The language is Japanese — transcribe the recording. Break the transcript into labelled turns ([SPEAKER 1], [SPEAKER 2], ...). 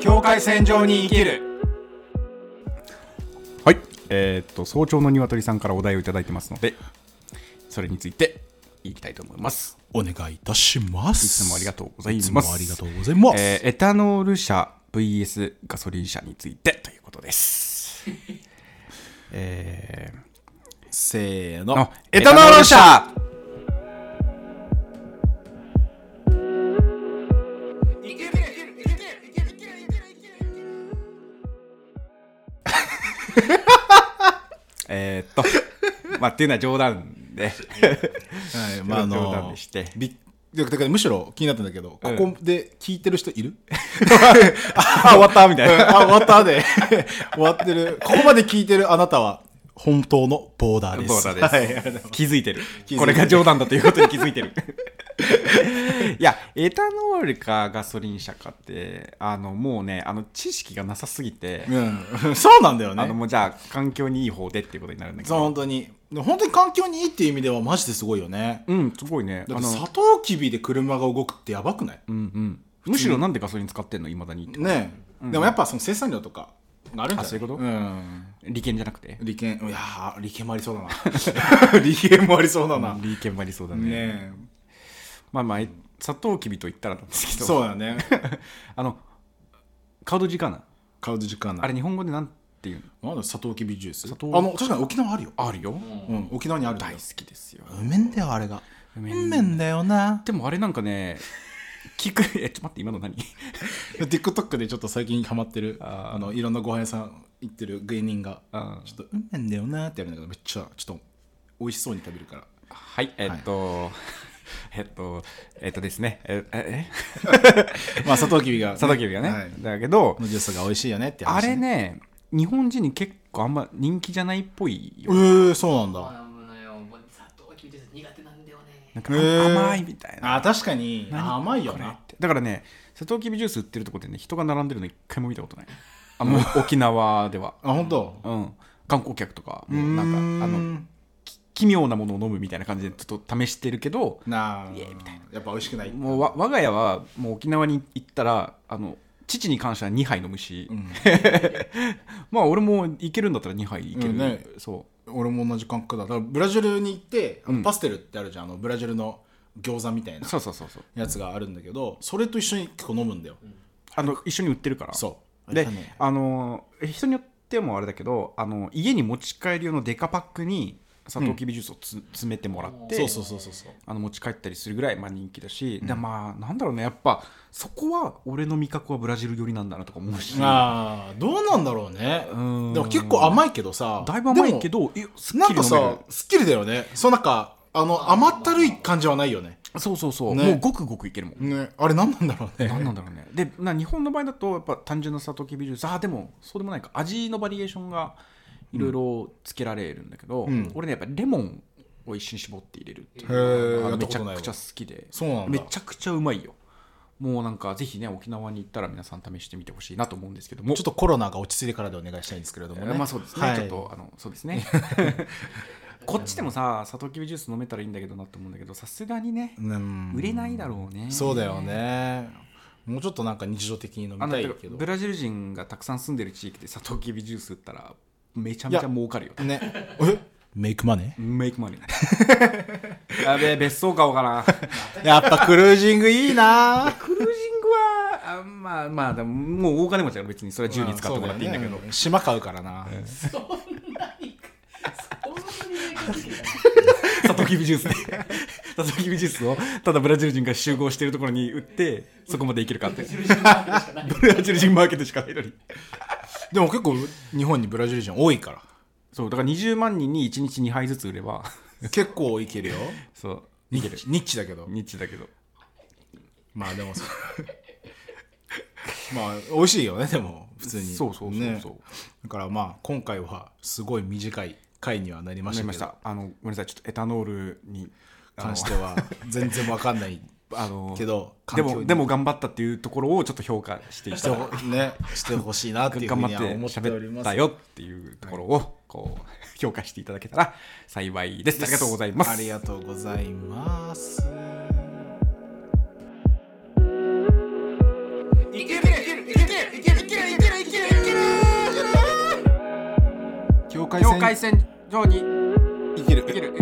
[SPEAKER 1] 境界線上に生きる
[SPEAKER 2] はい。えーっと、早朝の鶏さんからお題をいただいてますので、それについて言いきたいと思います。
[SPEAKER 1] お願いいたします
[SPEAKER 2] いつもありがとうございます。
[SPEAKER 1] いつもありがとうございます
[SPEAKER 2] えーエタノール車 VS ガソリン車についてということです。え
[SPEAKER 1] せー
[SPEAKER 2] ー、
[SPEAKER 1] の
[SPEAKER 2] あエタノール車 えーっと、まあ、っていうのは冗談で。
[SPEAKER 1] はい まあ
[SPEAKER 2] 冗
[SPEAKER 1] あの
[SPEAKER 2] 談でして
[SPEAKER 1] びだからむしろ気になったんだけど、
[SPEAKER 2] うん
[SPEAKER 1] ここで聞いてる人いる
[SPEAKER 2] あ、終わったみたいな。
[SPEAKER 1] あ終わったで終わってるここまで聞いてるあなたは本当のボーダ ーです
[SPEAKER 2] ボーダー
[SPEAKER 1] はいありがとうございます
[SPEAKER 2] 気づいてる
[SPEAKER 1] 気づいてる
[SPEAKER 2] これが冗談だということに気づいてる いやエタノールかガソリン車かってあのもうねあの知識がなさすぎて、
[SPEAKER 1] うん、そうなんだよ
[SPEAKER 2] あの
[SPEAKER 1] ね。
[SPEAKER 2] もうじゃあ環境にいい方でっていうことになるんだけ
[SPEAKER 1] そう
[SPEAKER 2] ど
[SPEAKER 1] 本当に本当に環境にいいっていう意味ではマジですごいよね。
[SPEAKER 2] うんすごいね
[SPEAKER 1] だっ
[SPEAKER 2] あ
[SPEAKER 1] て
[SPEAKER 2] の
[SPEAKER 1] サトウキビで車が動くってやばくない
[SPEAKER 2] うんうんむしろなんでガソリン使ってんのいまだにって
[SPEAKER 1] ねえ、でもやっぱその生産量とかがあるんじゃない
[SPEAKER 2] あそういうこと
[SPEAKER 1] ん
[SPEAKER 2] 利権じゃなくて
[SPEAKER 1] 利権いやー利権もありそうだな 利権もありそうだな、
[SPEAKER 2] 利権もありそうだね
[SPEAKER 1] ね
[SPEAKER 2] まあまあえサトウキビと言ったらなんです
[SPEAKER 1] え
[SPEAKER 2] けど
[SPEAKER 1] そうだね
[SPEAKER 2] あのカウドジカナ
[SPEAKER 1] 買う時間ない
[SPEAKER 2] あれ日本語でなんていうの
[SPEAKER 1] なんだサトウキビジュース
[SPEAKER 2] サ
[SPEAKER 1] あ
[SPEAKER 2] トウ
[SPEAKER 1] の確かに沖縄あるよ
[SPEAKER 2] あるよ、
[SPEAKER 1] うん沖縄にあるんだ
[SPEAKER 2] 大
[SPEAKER 1] よ
[SPEAKER 2] 好きですよ
[SPEAKER 1] うめんだよあれが
[SPEAKER 2] う
[SPEAKER 1] う
[SPEAKER 2] め
[SPEAKER 1] め
[SPEAKER 2] えんだよ
[SPEAKER 1] んだよな
[SPEAKER 2] でもあれなんかね、聞く、 え、ちょっと待って、今の何
[SPEAKER 1] TikTok でちょっと最近ハマってる
[SPEAKER 2] あー
[SPEAKER 1] あのいろんなご飯屋さん行ってる芸人が
[SPEAKER 2] うん
[SPEAKER 1] ちょっと「うんめんだよな」ってやるんだけどめっちゃちょっと美味しそうに食べるから
[SPEAKER 2] はい、えっと、えっと、えっとですね、え、え、
[SPEAKER 1] まあサトウキビが、
[SPEAKER 2] え佐藤キビがね、
[SPEAKER 1] はい
[SPEAKER 2] だけど、
[SPEAKER 1] のジュースが美味しいよねって
[SPEAKER 2] あ
[SPEAKER 1] 話
[SPEAKER 2] れね、日本人に結構あんま人気じゃないっぽいよ。
[SPEAKER 1] えー、そうなん
[SPEAKER 3] そう
[SPEAKER 1] だ
[SPEAKER 3] なのよ。もう砂糖キビジュース苦手なんだよね。
[SPEAKER 2] なんか、
[SPEAKER 1] へー
[SPEAKER 2] 甘いみたいな。
[SPEAKER 1] あー確かに
[SPEAKER 2] 何
[SPEAKER 1] 甘いよ
[SPEAKER 2] これっ
[SPEAKER 1] な
[SPEAKER 2] てだからね、サトウキビジュース売ってるとこでね、人が並んでるの一回も見たことない。あの、沖縄では。
[SPEAKER 1] あ本当
[SPEAKER 2] うん。観光客とか、
[SPEAKER 1] うーん
[SPEAKER 2] もなんか、あの、奇妙なものを飲むみたいな感じでちょっと試してるけど、
[SPEAKER 1] なあ
[SPEAKER 2] イエーイみたい
[SPEAKER 1] やっぱ美味しくない
[SPEAKER 2] もうわ我が家はもう沖縄に行ったらあの父に関しては2杯飲むし、
[SPEAKER 1] うん
[SPEAKER 2] まあ俺も行けるんだったら2杯いける、
[SPEAKER 1] うんね
[SPEAKER 2] そ
[SPEAKER 1] 俺も同じ感覚だだからブラジルに行ってあの
[SPEAKER 2] うん
[SPEAKER 1] パステルってあるじゃん、あのブラジルの餃子みたいうな
[SPEAKER 2] そうそうそうそう
[SPEAKER 1] やつがあるんだけどそれと一緒に結構飲むんだよ、
[SPEAKER 2] あの一緒に売ってるから
[SPEAKER 1] そう
[SPEAKER 2] で
[SPEAKER 1] あれね
[SPEAKER 2] あの人によってもあれだけどあの家に持ち帰り用のデカパックにサトウキビジュースをつ、詰めてもらって
[SPEAKER 1] そうそうそうそうそう
[SPEAKER 2] あの持ち帰ったりするぐらいまあ人気だし、でまあなんだろうねやっぱそこは俺の味覚はブラジル寄りなんだなとか思うし
[SPEAKER 1] ああどうなんだろうね
[SPEAKER 2] うん
[SPEAKER 1] でも結構甘いけどさ
[SPEAKER 2] だいぶ甘いけど
[SPEAKER 1] ど
[SPEAKER 2] いやすっ
[SPEAKER 1] な
[SPEAKER 2] き
[SPEAKER 1] ん
[SPEAKER 2] り飲
[SPEAKER 1] か
[SPEAKER 2] める
[SPEAKER 1] さすっきりだよねそうなんかあの甘ったるい感じはないよね
[SPEAKER 2] そうそうそう、
[SPEAKER 1] ね
[SPEAKER 2] もうごくごくいけるもん
[SPEAKER 1] ねあれ何なんだろうね
[SPEAKER 2] 何なんだろうねでな日本の場合だとやっぱ単純なサトウキビジュースあーでもそうでもないか味のバリエーションがいろいろつけられるんだけど、
[SPEAKER 1] うん
[SPEAKER 2] 俺ねやっぱレモンを一緒に絞って入れるってい
[SPEAKER 1] へー
[SPEAKER 2] うのが
[SPEAKER 1] やっ
[SPEAKER 2] め
[SPEAKER 1] た
[SPEAKER 2] ち
[SPEAKER 1] こ
[SPEAKER 2] ゃ
[SPEAKER 1] とないわ
[SPEAKER 2] くちゃ好きで
[SPEAKER 1] そうなんだ
[SPEAKER 2] めちゃくちゃうまいよもうなんかぜひね沖縄に行ったら皆さん試してみてほしいなと思うんですけども
[SPEAKER 1] ちょっとコロナが落ち着いてからでお願いしたいんですけれども
[SPEAKER 2] え
[SPEAKER 1] ね
[SPEAKER 2] ーまあそうですね、
[SPEAKER 1] はい
[SPEAKER 2] ちょっとあのそうです ね こっちでもさサトウキビジュース飲めたらいいんだけどなと思うんだけどさすがにね
[SPEAKER 1] うん
[SPEAKER 2] 売れないだろうね、
[SPEAKER 1] そうだよねもうちょっとなんか日常的に飲み
[SPEAKER 2] あの
[SPEAKER 1] たい
[SPEAKER 2] だか
[SPEAKER 1] け
[SPEAKER 2] ら
[SPEAKER 1] ど
[SPEAKER 2] ブラジル人がたくさん住んでる地域でサトウキビジュース売ったらめちゃめちゃ儲かるよ
[SPEAKER 1] ねえメイクマネ
[SPEAKER 2] メイクマネー やべえ別荘買おうか な
[SPEAKER 1] ーやっぱクルージングい いな
[SPEAKER 2] クルージングはあまあまあでももう大金持ちだから別にそれは自由に使ってもらっていいんだけど、
[SPEAKER 1] う島買うからな
[SPEAKER 3] そんなに、そんなに苦手だよ
[SPEAKER 2] サトウキビジュースで サトウキビジュースをただブラジル人が集合してるところに売ってそこまでいけるかってブラジル人マーケットしかないのに
[SPEAKER 1] でも結構日本にブラジル人多いか
[SPEAKER 2] そうだから20万人に1日2杯ずつ売れば
[SPEAKER 1] ら結構いけるよ
[SPEAKER 2] そう
[SPEAKER 1] ニ
[SPEAKER 2] いける
[SPEAKER 1] ッチニッチだけど
[SPEAKER 2] ニッチだけど
[SPEAKER 1] まあでもそう まあ美味しいよねでも普通に
[SPEAKER 2] そうそうそうそう、
[SPEAKER 1] ねだからまあ今回はすごい短い回にはなりま
[SPEAKER 2] わ
[SPEAKER 1] し
[SPEAKER 2] か
[SPEAKER 1] た
[SPEAKER 2] り
[SPEAKER 1] け
[SPEAKER 2] まし
[SPEAKER 1] ど
[SPEAKER 2] た。あの、ごめんなさい、ちょっとエタノールにあの
[SPEAKER 1] 関しては全然わかんない
[SPEAKER 2] あの、
[SPEAKER 1] けど
[SPEAKER 2] で
[SPEAKER 1] 環境
[SPEAKER 2] も、
[SPEAKER 1] に
[SPEAKER 2] でも頑張ったっていうところをちょっと評価していき
[SPEAKER 1] して
[SPEAKER 2] たい。
[SPEAKER 1] ほねしてほしいなっていうふ
[SPEAKER 2] 頑
[SPEAKER 1] う
[SPEAKER 2] 張っ
[SPEAKER 1] に
[SPEAKER 2] て
[SPEAKER 1] は思っており
[SPEAKER 2] 喋
[SPEAKER 1] ま
[SPEAKER 2] っ
[SPEAKER 1] す
[SPEAKER 2] たよっていうところを、こう、評価していただけたら幸いです。ありがとうございます。
[SPEAKER 1] ありがとうございます
[SPEAKER 3] いけるいけるいけるいけるいける
[SPEAKER 2] 境界
[SPEAKER 1] 境界
[SPEAKER 2] 線
[SPEAKER 1] 線上に
[SPEAKER 2] 生きる
[SPEAKER 1] 生きる